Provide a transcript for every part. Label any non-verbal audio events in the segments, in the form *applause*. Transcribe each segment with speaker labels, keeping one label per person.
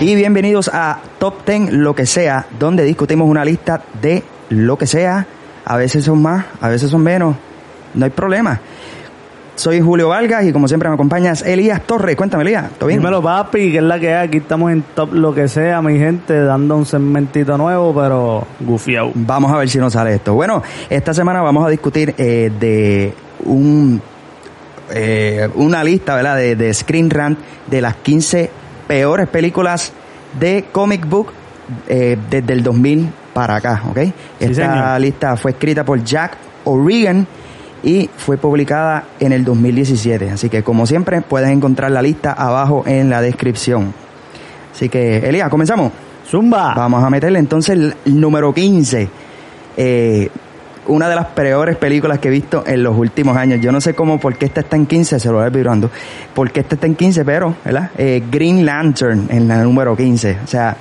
Speaker 1: Y bienvenidos a Top Ten Lo que sea, donde discutimos una lista de lo que sea. A veces son más, a veces son menos. No hay problema. Soy Julio Vargas y como siempre me acompañas Elías Torres. Cuéntame, Elías, ¿todo bien?
Speaker 2: Dímelo, papi, que es la que hay. Aquí estamos en top lo que sea, mi gente, dando un segmentito nuevo, pero gufiado.
Speaker 1: Vamos a ver si nos sale esto. Bueno, esta semana vamos a discutir eh, de un, eh, una lista, ¿verdad? De, de Screen Rant de las 15 peores películas de comic book eh, desde el 2000 para acá, ¿ok? Esta
Speaker 2: señor.
Speaker 1: lista fue escrita por Jack O'Regan y fue publicada en el 2017. Así que, como siempre, puedes encontrar la lista abajo en la descripción. Así que, Elías, comenzamos.
Speaker 2: Zumba.
Speaker 1: Vamos a meterle entonces el número 15. Eh, una de las peores películas que he visto en los últimos años. Yo no sé cómo, por qué esta está en 15, se lo voy a ir vibrando. Por qué esta está en 15, pero, ¿verdad? Eh, Green Lantern en la número 15. O sea,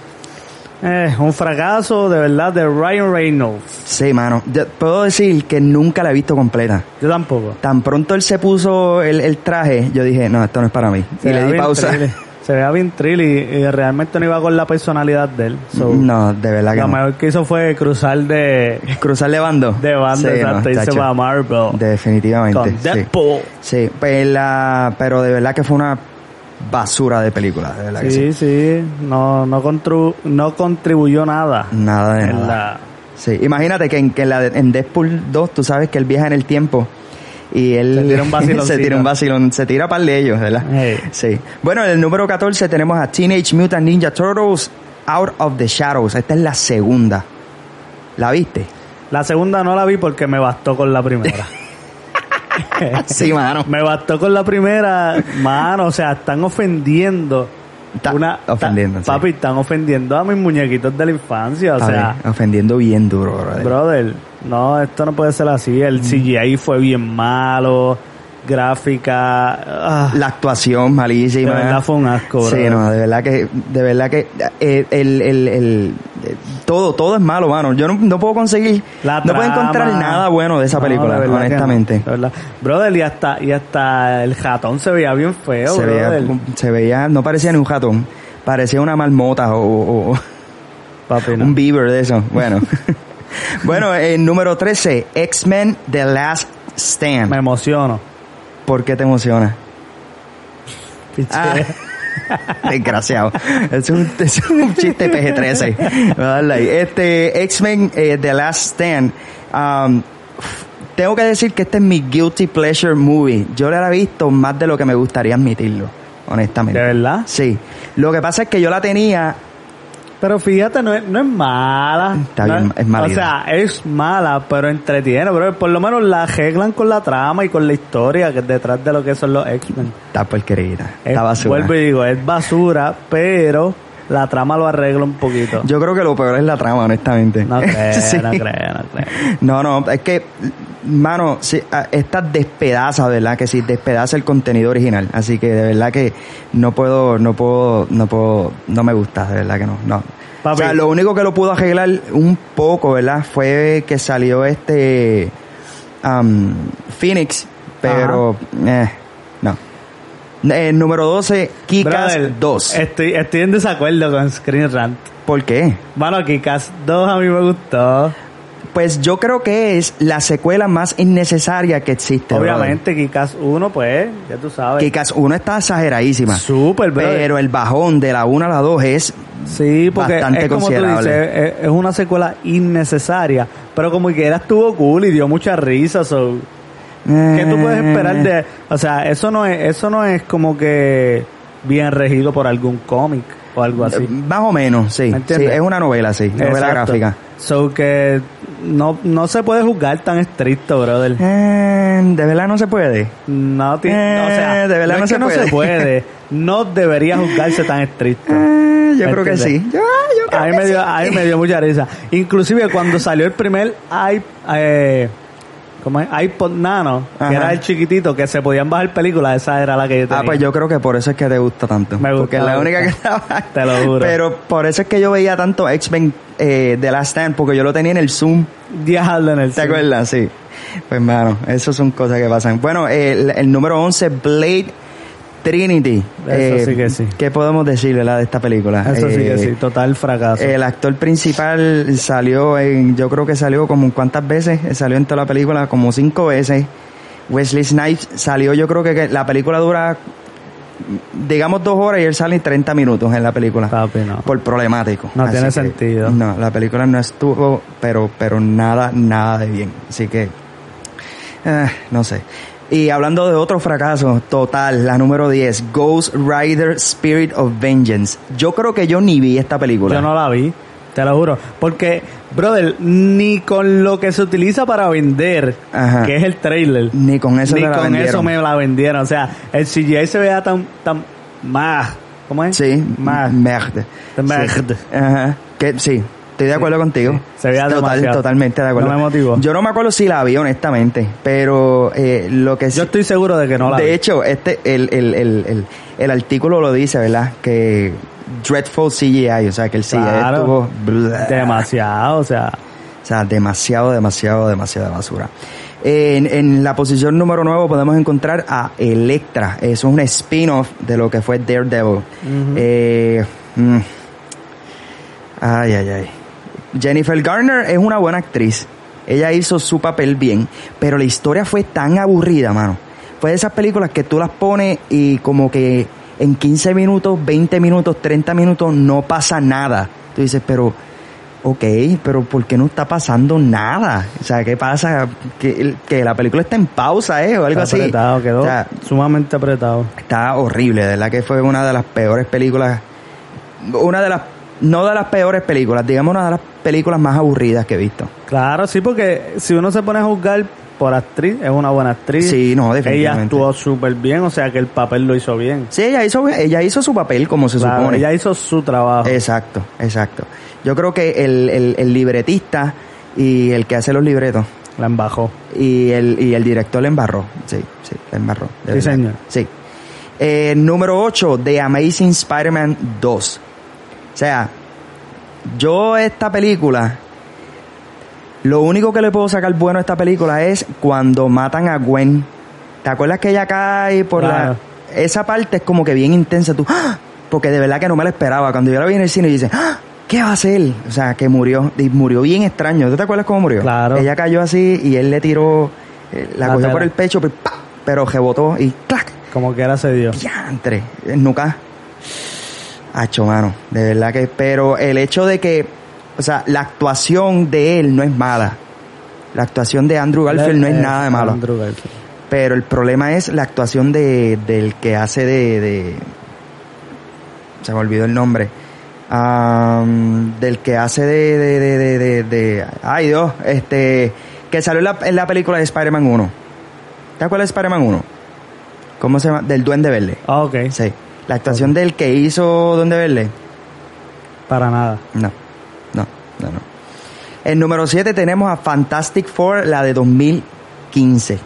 Speaker 2: Eh, un fracaso de verdad de Ryan Reynolds.
Speaker 1: sí, mano. Yo puedo decir que nunca la he visto completa.
Speaker 2: Yo tampoco.
Speaker 1: Tan pronto él se puso el, el traje, yo dije, no, esto no es para mí.
Speaker 2: Se
Speaker 1: y le
Speaker 2: vea
Speaker 1: di
Speaker 2: bien
Speaker 1: pausa.
Speaker 2: thrill. Se vea bien trill y, y realmente no iba con la personalidad de él. So,
Speaker 1: *laughs* No, de verdad que
Speaker 2: Lo
Speaker 1: no.
Speaker 2: mejor que hizo fue cruzar de,
Speaker 1: Cruzarle bando.
Speaker 2: de banda,
Speaker 1: Sí, no,
Speaker 2: exacto, y se
Speaker 1: chacho.
Speaker 2: va a Marvel.
Speaker 1: Definitivamente.
Speaker 2: con
Speaker 1: sí.
Speaker 2: Deadpool.
Speaker 1: Sí, pues la- pero de verdad que fue una basura de película, de verdad
Speaker 2: Sí,
Speaker 1: que sí.
Speaker 2: sí, No, no, contru- no contribuyó nada.
Speaker 1: Nada de
Speaker 2: en
Speaker 1: nada.
Speaker 2: la-
Speaker 1: Sí, imagínate que en, que en la de- en Deadpool 2 tú sabes que él viaja en el tiempo y él
Speaker 2: Se tira un vaciloncito.
Speaker 1: *laughs* se tira un vacilón, se tira par de ellos, ¿verdad?
Speaker 2: Hey.
Speaker 1: Sí. Bueno, en el número 14 tenemos a Teenage Mutant Ninja Turtles Out of the Shadows. Esta es la segunda. ¿La viste?
Speaker 2: La segunda no la vi porque me bastó con la primera.
Speaker 1: *laughs*
Speaker 2: *laughs*
Speaker 1: Sí, mano.
Speaker 2: me bastó con la primera, mano, o sea, están ofendiendo.
Speaker 1: Está ofendiendo, sí.
Speaker 2: ta- Papi, están ofendiendo a mis muñequitos de la infancia, o
Speaker 1: A
Speaker 2: sea,
Speaker 1: ver, ofendiendo bien Mm. duro, brother.
Speaker 2: brother, no, esto no puede ser así. El CGI fue bien malo, gráfica, ah,
Speaker 1: la actuación
Speaker 2: de
Speaker 1: malísima.
Speaker 2: verdad fue un asco, brother.
Speaker 1: Sí, no, de verdad que, de verdad que eh, el, el, el- eh, todo, todo es malo, mano. Yo no, no puedo conseguir,
Speaker 2: La
Speaker 1: no puedo
Speaker 2: trama.
Speaker 1: encontrar nada bueno de esa
Speaker 2: No,
Speaker 1: película,
Speaker 2: de verdad que
Speaker 1: honestamente.
Speaker 2: no, de verdad. Brother, y hasta, y hasta el jatón se veía bien feo,
Speaker 1: se,
Speaker 2: brother.
Speaker 1: veía, se veía, no parecía ni un ratón, parecía una marmota o, o- o
Speaker 2: Papi, no.
Speaker 1: un beaver de eso.
Speaker 2: *laughs*
Speaker 1: Bueno, bueno, el número 13, X-Men The Last Stand.
Speaker 2: Me emociono.
Speaker 1: ¿Por qué te emociona?
Speaker 2: Piche.
Speaker 1: Ah. Desgraciado. Es un, es un chiste PG-13. Voy a darle ahí. Este X-Men eh, The Last Stand. um, tengo que decir que este es mi guilty pleasure movie. Yo la he visto más de lo que me gustaría admitirlo, honestamente. ¿Ah?
Speaker 2: ¿De verdad?
Speaker 1: Sí. Lo que pasa es que yo la tenía.
Speaker 2: Pero fíjate, no es, no es mala.
Speaker 1: Está
Speaker 2: No
Speaker 1: bien, es mala
Speaker 2: O sea, es mala, pero entretiene, pero por lo menos la arreglan con la trama y con la historia que es detrás de lo que son los X-Men.
Speaker 1: Está porquerita.
Speaker 2: Es-
Speaker 1: Está basura.
Speaker 2: Eh, Vuelvo y digo, es basura, pero la trama lo arregla un poquito.
Speaker 1: Yo creo que lo peor es la trama, honestamente. *laughs*
Speaker 2: no creo,
Speaker 1: Sí.
Speaker 2: no creo, no creo.
Speaker 1: No, no, es que, mano, sí, a- esta despedaza, ¿verdad? Que sí, despedaza el contenido original. Así que de verdad que no puedo, no puedo, no puedo, no me gusta, de verdad que no, no.
Speaker 2: Papi.
Speaker 1: O sea, lo único que lo pudo arreglar un poco, ¿verdad? Fue que salió este am, Phoenix, pero eh, no. Eh, número 12, Kikas
Speaker 2: Brother,
Speaker 1: 2.
Speaker 2: Estoy, estoy en desacuerdo con Screen Rant.
Speaker 1: ¿Por qué?
Speaker 2: Bueno, Kikas 2 a mí me gustó.
Speaker 1: Pues yo creo que es la secuela más innecesaria que existe. brother.
Speaker 2: Obviamente, Kikas 1, pues, ya tú sabes.
Speaker 1: Kikas 1 está exageradísima.
Speaker 2: Súper, brother.
Speaker 1: Pero el bajón de la 1 a la 2 es.
Speaker 2: Sí, porque
Speaker 1: Bastante
Speaker 2: es como
Speaker 1: considerable.
Speaker 2: tú dices, es, es una secuela innecesaria, pero como quiera estuvo cool y dio mucha risa, so, ¿qué tú puedes esperar
Speaker 1: Eh,
Speaker 2: de, o sea, eso no es eso no es como que bien regido por algún cómic o algo
Speaker 1: Eh,
Speaker 2: así.
Speaker 1: Más o menos, sí.
Speaker 2: ¿Me
Speaker 1: Sí,
Speaker 2: entiendes?
Speaker 1: es una novela, sí. Novela
Speaker 2: Exacto.
Speaker 1: gráfica.
Speaker 2: So que no no se puede juzgar tan estricto, brother.
Speaker 1: Eh, de verdad no se puede.
Speaker 2: No tiene, o
Speaker 1: Eh,
Speaker 2: sea,
Speaker 1: de verdad
Speaker 2: no,
Speaker 1: no
Speaker 2: es
Speaker 1: se
Speaker 2: que no
Speaker 1: puede. *laughs*
Speaker 2: se puede, no debería juzgarse tan estricto.
Speaker 1: Eh, yo
Speaker 2: ¿Me
Speaker 1: creo que
Speaker 2: entiendes?
Speaker 1: sí. Yo, yo creo
Speaker 2: A mí,
Speaker 1: que
Speaker 2: me dio, a mí me dio mucha risa. Inclusive cuando salió el primer i- eh, ¿cómo es? iPod Nano,
Speaker 1: Ajá.
Speaker 2: que era el chiquitito, que se podían bajar películas, esa era la que yo
Speaker 1: Ah,
Speaker 2: tenía.
Speaker 1: pues yo creo que por eso es que te gusta tanto.
Speaker 2: Me gusta,
Speaker 1: Porque es la
Speaker 2: me
Speaker 1: única que
Speaker 2: gusta.
Speaker 1: estaba.
Speaker 2: Te lo juro.
Speaker 1: Pero por eso es que yo veía tanto X-Men eh, The Last Stand, porque yo lo tenía en el Zoom.
Speaker 2: Diablo en el
Speaker 1: ¿Te
Speaker 2: cine.
Speaker 1: acuerdas? Sí. Pues, hermano, esas son cosas que pasan. Bueno, el, el número 11, Blade Trinity. Eh,
Speaker 2: Eso sí que sí.
Speaker 1: ¿Qué podemos decir, verdad, de esta película?
Speaker 2: Eso sí que
Speaker 1: Eh,
Speaker 2: sí, total fracaso.
Speaker 1: El actor principal salió en, yo creo que salió como cuántas veces, Eh, salió en toda la película como cinco veces. Wesley Snipes salió, yo creo que, que la película dura, digamos dos horas y él sale en 30 minutos en la película.
Speaker 2: Papi, no.
Speaker 1: Por problemático.
Speaker 2: No tiene
Speaker 1: que,
Speaker 2: sentido.
Speaker 1: No, la película no estuvo, pero, pero nada, nada de bien. Así que, eh, no sé. Y hablando de otro fracaso total, la número 10, Ghost Rider Spirit of Vengeance. Yo creo que yo ni vi esta película.
Speaker 2: Yo no la vi, te lo juro. Porque, brother, ni con lo que se utiliza para vender,
Speaker 1: Ajá.
Speaker 2: que es el trailer,
Speaker 1: Ni con eso
Speaker 2: ni
Speaker 1: me la
Speaker 2: con
Speaker 1: vendieron.
Speaker 2: eso me la vendieron. O sea, el CGI se vea tan, tan más. ¿Cómo es?
Speaker 1: Sí, Mm,
Speaker 2: Más.
Speaker 1: merde.
Speaker 2: De merde.
Speaker 1: Sí. Ajá. Que, sí, estoy de acuerdo contigo.
Speaker 2: sí. Se veía demasiado.
Speaker 1: Totalmente de acuerdo.
Speaker 2: No me motivó.
Speaker 1: Yo no me acuerdo si la vi, honestamente, pero eh, lo que sí...
Speaker 2: Yo estoy seguro de que no la vi.
Speaker 1: de hecho, este, el, el, el, el, el artículo lo dice, ¿verdad? Que dreadful CGI, o sea, que el CGI
Speaker 2: Claro.
Speaker 1: estuvo...
Speaker 2: Demasiado, o sea.
Speaker 1: O sea, demasiado, demasiado, demasiada basura. En, en la posición número 9 podemos encontrar a Electra. Eso es un spin-off de lo que fue Daredevil. Eh, mm. Ay, ay, ay. Jennifer Garner es una buena actriz. Ella hizo su papel bien, pero la historia fue tan aburrida, mano. Fue de esas películas que tú las pones y como que en 15 minutos, 20 minutos, 30 minutos no pasa nada. Tú dices, pero, ok, pero ¿por qué no está pasando nada? O sea, ¿qué pasa? Que, que la película está en pausa, ¿eh? O algo
Speaker 2: está
Speaker 1: así.
Speaker 2: apretado, quedó
Speaker 1: O sea,
Speaker 2: sumamente apretado.
Speaker 1: Está horrible, de verdad que fue una de las peores películas. Una de las. No de las peores películas, digamos una de las películas más aburridas que he visto.
Speaker 2: Claro, sí, porque si uno se pone a juzgar por actriz, es una buena actriz.
Speaker 1: Sí, no, definitivamente.
Speaker 2: Ella actuó súper bien, o sea que el papel lo hizo bien.
Speaker 1: Sí, ella hizo, ella hizo su papel como se
Speaker 2: Claro,
Speaker 1: supone.
Speaker 2: Ella hizo su trabajo.
Speaker 1: Exacto, exacto. Yo creo que el, el- el libretista y el que hace los libretos
Speaker 2: La embajó.
Speaker 1: y el, y el director le embarró. Sí, sí, le embarró. de
Speaker 2: Sí,
Speaker 1: verdad.
Speaker 2: señor.
Speaker 1: Sí. Eh, número 8, The Amazing Spider-Man 2. O sea, yo esta película, lo único que le puedo sacar bueno a esta película es cuando matan a Gwen. ¿Te acuerdas que ella cae por
Speaker 2: Claro.
Speaker 1: la... Esa parte es como que bien intensa, tú... ¡ah! Porque de verdad que no me la esperaba. Cuando yo la vi en el cine y dice, ¡ah! ¿qué va a hacer? O sea, que murió, y murió bien extraño. ¿Tú te acuerdas cómo murió?
Speaker 2: Claro.
Speaker 1: Ella cayó así y él le tiró, eh, la,
Speaker 2: La
Speaker 1: cogió
Speaker 2: tela.
Speaker 1: por el pecho, pero, ¡pa! pero rebotó y ¡clac!
Speaker 2: Como que era se dio.
Speaker 1: diantre, en nuca. Hacho, mano, de verdad que. Pero el hecho de que, o sea, la actuación de él no es mala. La actuación de Andrew Garfield no es
Speaker 2: Eh,
Speaker 1: nada de malo.
Speaker 2: Andrew Garfield.
Speaker 1: Pero el problema es la actuación de, del que hace de, de- Se me olvidó el nombre. Am, del que hace de, de, de, de, de- de- Ay, Dios. Este. Que salió en la, en la película de Spider-Man 1. ¿Te acuerdas de Spider-Man 1? ¿Cómo se llama? Del Duende Verde.
Speaker 2: Ah, ok.
Speaker 1: Sí. La actuación del que hizo Duende Verde.
Speaker 2: Para nada.
Speaker 1: No, no, no, no. En número 7 tenemos a Fantastic Four, la de 2015.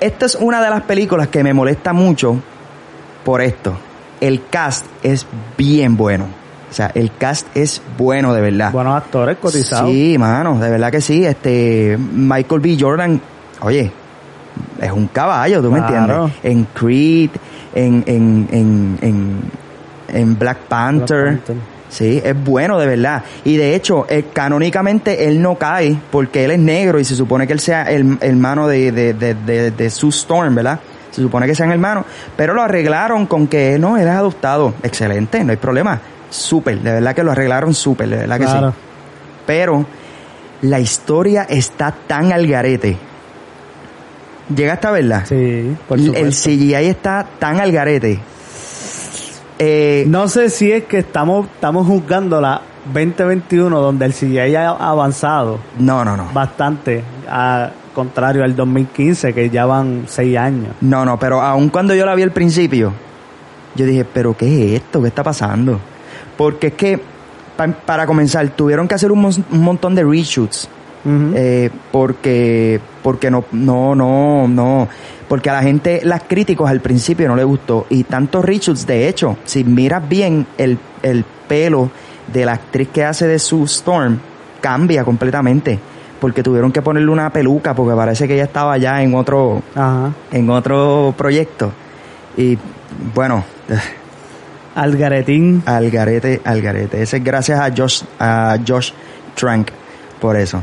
Speaker 1: Esta es una de las películas que me molesta mucho por esto. El cast es bien bueno. O sea, el cast es bueno de verdad.
Speaker 2: Buenos actores cotizados.
Speaker 1: Sí, mano, de verdad que sí. Este Michael B. Jordan, oye, es un caballo, ¿tú me
Speaker 2: Claro.
Speaker 1: entiendes? En Creed, en, en, en, en, en Black Panther.
Speaker 2: Black Panther.
Speaker 1: Sí, es bueno de verdad. Y de hecho, eh, canónicamente él no cae porque él es negro y se supone que él sea el hermano de, de, de, de, de Sue Storm, ¿verdad? Se supone que sean hermanos. Pero lo arreglaron con que no, eres adoptado. Excelente, no hay problema. Súper, de verdad que lo arreglaron súper, de verdad que
Speaker 2: Claro.
Speaker 1: sí pero la historia está tan al garete. ¿Llegaste a verla?
Speaker 2: Sí, por
Speaker 1: El- el
Speaker 2: supuesto.
Speaker 1: CGI está tan al garete. Eh,
Speaker 2: No sé si es que estamos, estamos juzgando la 2021, donde el CGI ha avanzado
Speaker 1: no, no, no.
Speaker 2: bastante, a contrario al 2015, que ya van seis años.
Speaker 1: No, no, pero aun cuando yo la vi al principio, yo dije, pero ¿qué es esto? ¿Qué está pasando? Porque es que, pa- para comenzar, tuvieron que hacer un, mon- un montón de reshoots.
Speaker 2: Ujú.
Speaker 1: eh, porque porque no no no no porque a la gente las críticos al principio no le gustó y tanto Richards de hecho si miras bien el, el pelo de la actriz que hace de Sue Storm cambia completamente porque tuvieron que ponerle una peluca porque parece que ella estaba ya en otro
Speaker 2: Ajá.
Speaker 1: en otro proyecto Y bueno,
Speaker 2: Algaretín.
Speaker 1: al garete, al garete. Ese es gracias a Josh, a Josh Trank por eso.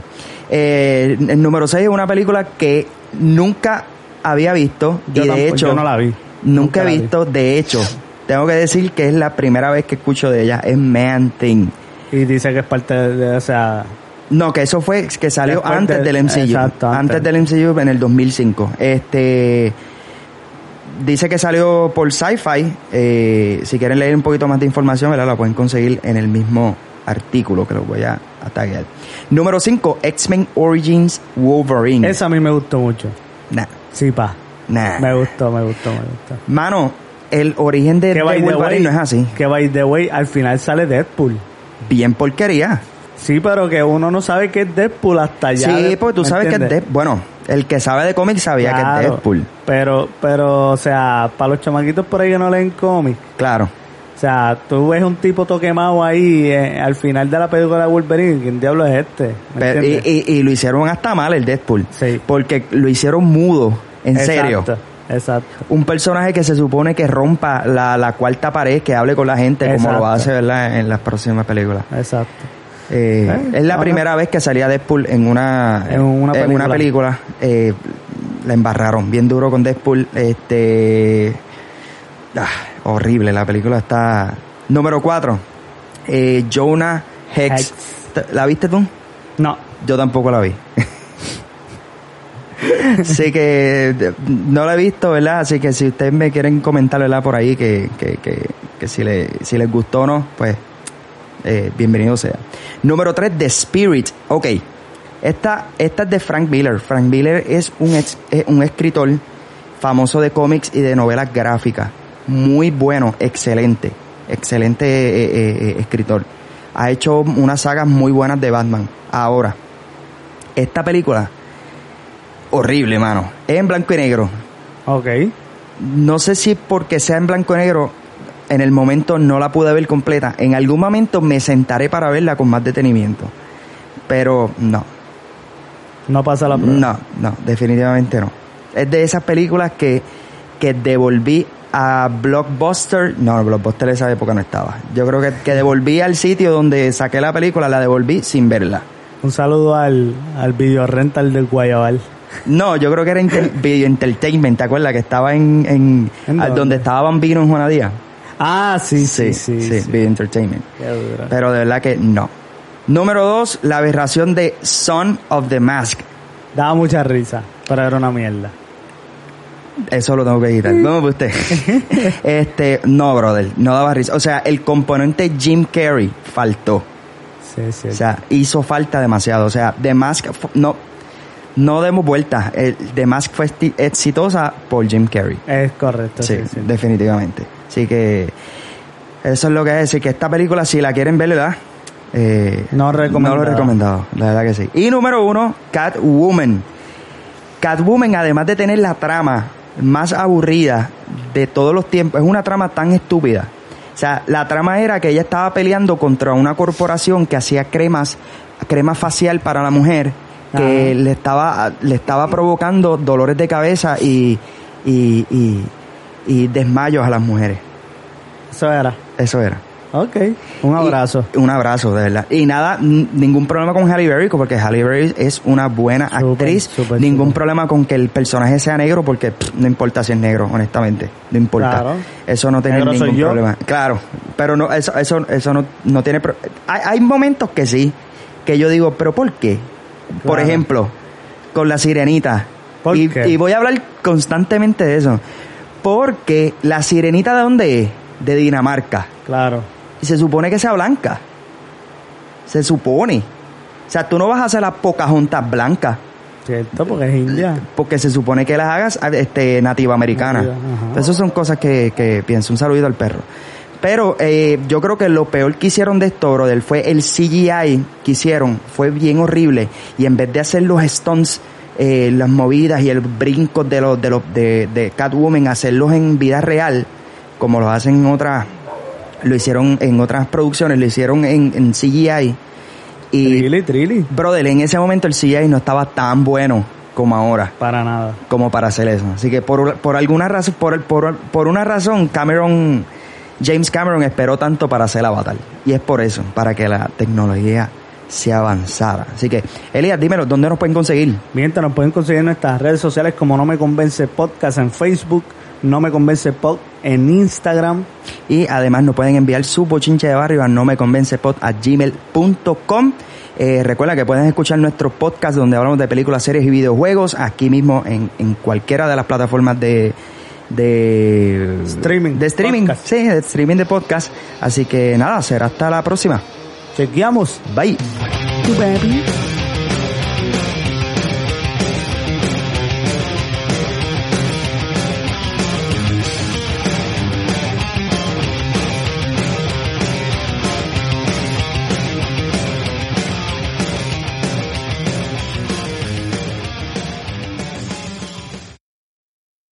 Speaker 1: Eh, el número 6 es una película que nunca había visto
Speaker 2: Yo
Speaker 1: y de
Speaker 2: tampoco-
Speaker 1: hecho
Speaker 2: yo no la vi.
Speaker 1: nunca he
Speaker 2: la vi.
Speaker 1: visto, de hecho, tengo que decir que es la primera vez que escucho de ella, es Man Thing.
Speaker 2: Y dice que es parte de, o sea,
Speaker 1: No, que eso fue que salió
Speaker 2: Después
Speaker 1: antes
Speaker 2: del-
Speaker 1: del MCU.
Speaker 2: exacto,
Speaker 1: antes.
Speaker 2: antes.
Speaker 1: del MCU en el 2005. Este dice que salió por Sci-Fi. eh, si quieren leer un poquito más de información, ¿verdad? la pueden conseguir en el mismo artículo que lo voy a, a taggear. Número 5, X-Men Origins Wolverine.
Speaker 2: esa a mí me gustó mucho.
Speaker 1: Nah,
Speaker 2: Sí, pa.
Speaker 1: nah.
Speaker 2: Me gustó, me gustó, me gustó.
Speaker 1: Mano, el origen de, de
Speaker 2: by the
Speaker 1: Wolverine
Speaker 2: way-
Speaker 1: no es así.
Speaker 2: Que by the way, al final sale Deadpool.
Speaker 1: Bien porquería.
Speaker 2: Sí, pero que uno no sabe qué es Deadpool hasta allá.
Speaker 1: sí,
Speaker 2: de-
Speaker 1: pues tú
Speaker 2: ¿me
Speaker 1: sabes que es
Speaker 2: entiendes?
Speaker 1: Deadpool. Bueno, el que sabe de cómics sabía que es
Speaker 2: Claro,
Speaker 1: Deadpool.
Speaker 2: Pero, pero, o sea, para los chamaquitos por ahí que no leen cómics,
Speaker 1: Claro.
Speaker 2: o sea, tú ves un tipo todo quemado ahí eh, al final de la película de Wolverine, ¿quién diablo es este? ¿Me
Speaker 1: Pero- y,
Speaker 2: entiendes?
Speaker 1: y- y lo hicieron hasta mal el Deadpool.
Speaker 2: Sí.
Speaker 1: Porque lo hicieron mudo, en serio.
Speaker 2: Exacto, exacto.
Speaker 1: Un personaje que se supone que rompa la, la cuarta pared, que hable con la gente, como
Speaker 2: Exacto.
Speaker 1: lo hace ¿verdad? en las próximas películas.
Speaker 2: Exacto.
Speaker 1: Eh,
Speaker 2: Eh,
Speaker 1: es la
Speaker 2: ahora-
Speaker 1: primera vez que salía Deadpool en una,
Speaker 2: En una película.
Speaker 1: película. Eh, la embarraron bien duro con Deadpool. Este, ah, horrible, la película está... Número 4. Jonah Hex.
Speaker 2: Hex.
Speaker 1: ¿La viste tú?
Speaker 2: No,
Speaker 1: Yo tampoco la vi. Así que de- no la he visto, ¿verdad? Así que si ustedes me quieren comentar, ¿verdad? Por ahí que, que, que, que si, le, si les gustó o no, pues eh, bienvenido sea. Número 3, The Spirit. Ok, esta, esta es de Frank Miller. Frank Miller es un, ex- es un escritor famoso de cómics y de novelas gráficas. Muy bueno, excelente, excelente eh, eh, eh, escritor. Ha hecho unas sagas muy buenas de Batman. Ahora, esta película, horrible, mano. Es en blanco y negro.
Speaker 2: ok.
Speaker 1: No sé si porque sea en blanco y negro, en el momento no la pude ver completa. En algún momento me sentaré para verla con más detenimiento. Pero no,
Speaker 2: No pasa la prueba.
Speaker 1: no, no, definitivamente no. Es de esas películas que, que devolví a Blockbuster. No, Blockbuster en esa época no estaba. Yo creo que, que devolví al sitio donde saqué la película, la devolví sin verla.
Speaker 2: Un saludo al, al video rental del Guayabal.
Speaker 1: No, yo creo que era
Speaker 2: *laughs*
Speaker 1: Inter- Video Entertainment, ¿te acuerdas? Que estaba en, en,
Speaker 2: ¿En
Speaker 1: ah,
Speaker 2: dónde?
Speaker 1: donde estaba Bambino en Juanadía.
Speaker 2: Ah, sí, sí, sí. sí,
Speaker 1: Video Entertainment.
Speaker 2: Qué duro.
Speaker 1: Pero de verdad que no. Número dos, la aberración de Son of the Mask.
Speaker 2: Daba mucha risa, pero era una mierda.
Speaker 1: Eso lo tengo que quitar.
Speaker 2: Mm.
Speaker 1: ¿Cómo fue
Speaker 2: *laughs*
Speaker 1: usted? este, no, brother, no daba risa. O sea, el componente Jim Carrey faltó.
Speaker 2: Sí, sí.
Speaker 1: O sea, hizo falta demasiado. O sea, The Mask, fu- no, no demos vueltas. El- The Mask fue esti- exitosa por Jim Carrey.
Speaker 2: es correcto,
Speaker 1: Sí,
Speaker 2: sí, sí.
Speaker 1: definitivamente. Así que eso es lo que es. Así que esta película, si la quieren ver, ¿verdad? Eh,
Speaker 2: No recomendada.
Speaker 1: No lo he recomendado, la verdad que sí. Y número uno, Catwoman. Catwoman, además de tener la trama más aburrida de todos los tiempos, es una trama tan estúpida. O sea, la trama era que ella estaba peleando contra una corporación que hacía cremas, crema facial para la mujer, que
Speaker 2: Ajá.
Speaker 1: le estaba, le estaba provocando dolores de cabeza y, y, y- y desmayos a las mujeres.
Speaker 2: Eso era.
Speaker 1: Eso era.
Speaker 2: Ok. Un abrazo.
Speaker 1: Y- un abrazo, de verdad. Y nada, n- ningún problema con Halle Berry, porque Halle Berry es una buena
Speaker 2: Súper,
Speaker 1: actriz.
Speaker 2: súper,
Speaker 1: ningún
Speaker 2: súper.
Speaker 1: problema con que el personaje sea negro, porque pff, no importa si es negro, honestamente. No importa.
Speaker 2: Claro.
Speaker 1: Eso no tiene
Speaker 2: Negro soy
Speaker 1: ningún
Speaker 2: yo.
Speaker 1: problema. Claro, pero no, eso, eso, eso no, no tiene. pro- Hay, hay momentos que sí, que yo digo, ¿pero por qué? Por
Speaker 2: Claro.
Speaker 1: ejemplo, con la sirenita.
Speaker 2: ¿Por
Speaker 1: y,
Speaker 2: qué?
Speaker 1: y voy a hablar constantemente de eso. Porque la sirenita de dónde es? De Dinamarca.
Speaker 2: Claro.
Speaker 1: Y se supone que sea blanca. Se supone. O sea, tú no vas a hacer las pocahontas blancas,
Speaker 2: Cierto, porque es india.
Speaker 1: porque se supone que las hagas ah, este, nativa americana.
Speaker 2: Nativa, ajá.
Speaker 1: Entonces, Esas son cosas que, que pienso. Un saludito al perro. Pero eh, yo creo que lo peor que hicieron de esto, brother, fue el CGI que hicieron. Fue bien horrible. Y en vez de hacer los stunts, eh, las movidas y el brinco de los de los de, de Catwoman, hacerlos en vida real, como los hacen en otras, lo hicieron en otras producciones, lo hicieron en, en CGI. Y
Speaker 2: Trilly, trilly.
Speaker 1: Brother, en ese momento el CGI no estaba tan bueno. como ahora,
Speaker 2: Para nada.
Speaker 1: como para hacer eso. Así que por, por alguna razón, por, por, por una razón, Cameron, James Cameron esperó tanto para hacer Avatar. Y es por eso, para que la tecnología se avanzara. Así que, Elías, dímelo, ¿dónde nos pueden conseguir?
Speaker 2: Mientras nos pueden conseguir en nuestras redes sociales como No Me Convence Podcast en Facebook, No Me Convence Pod en Instagram.
Speaker 1: Y además nos pueden enviar su bochinche de barrio a no me convence a gmail.com. Eh, recuerda que pueden escuchar nuestro podcast donde hablamos de películas, series y videojuegos aquí mismo en, en cualquiera de las plataformas de, de
Speaker 2: Streaming.
Speaker 1: De streaming,
Speaker 2: Podcast.
Speaker 1: sí, de streaming de podcast. Así que nada, será hasta la próxima.
Speaker 2: Chequeamos.
Speaker 1: Bye.
Speaker 2: Tu baby.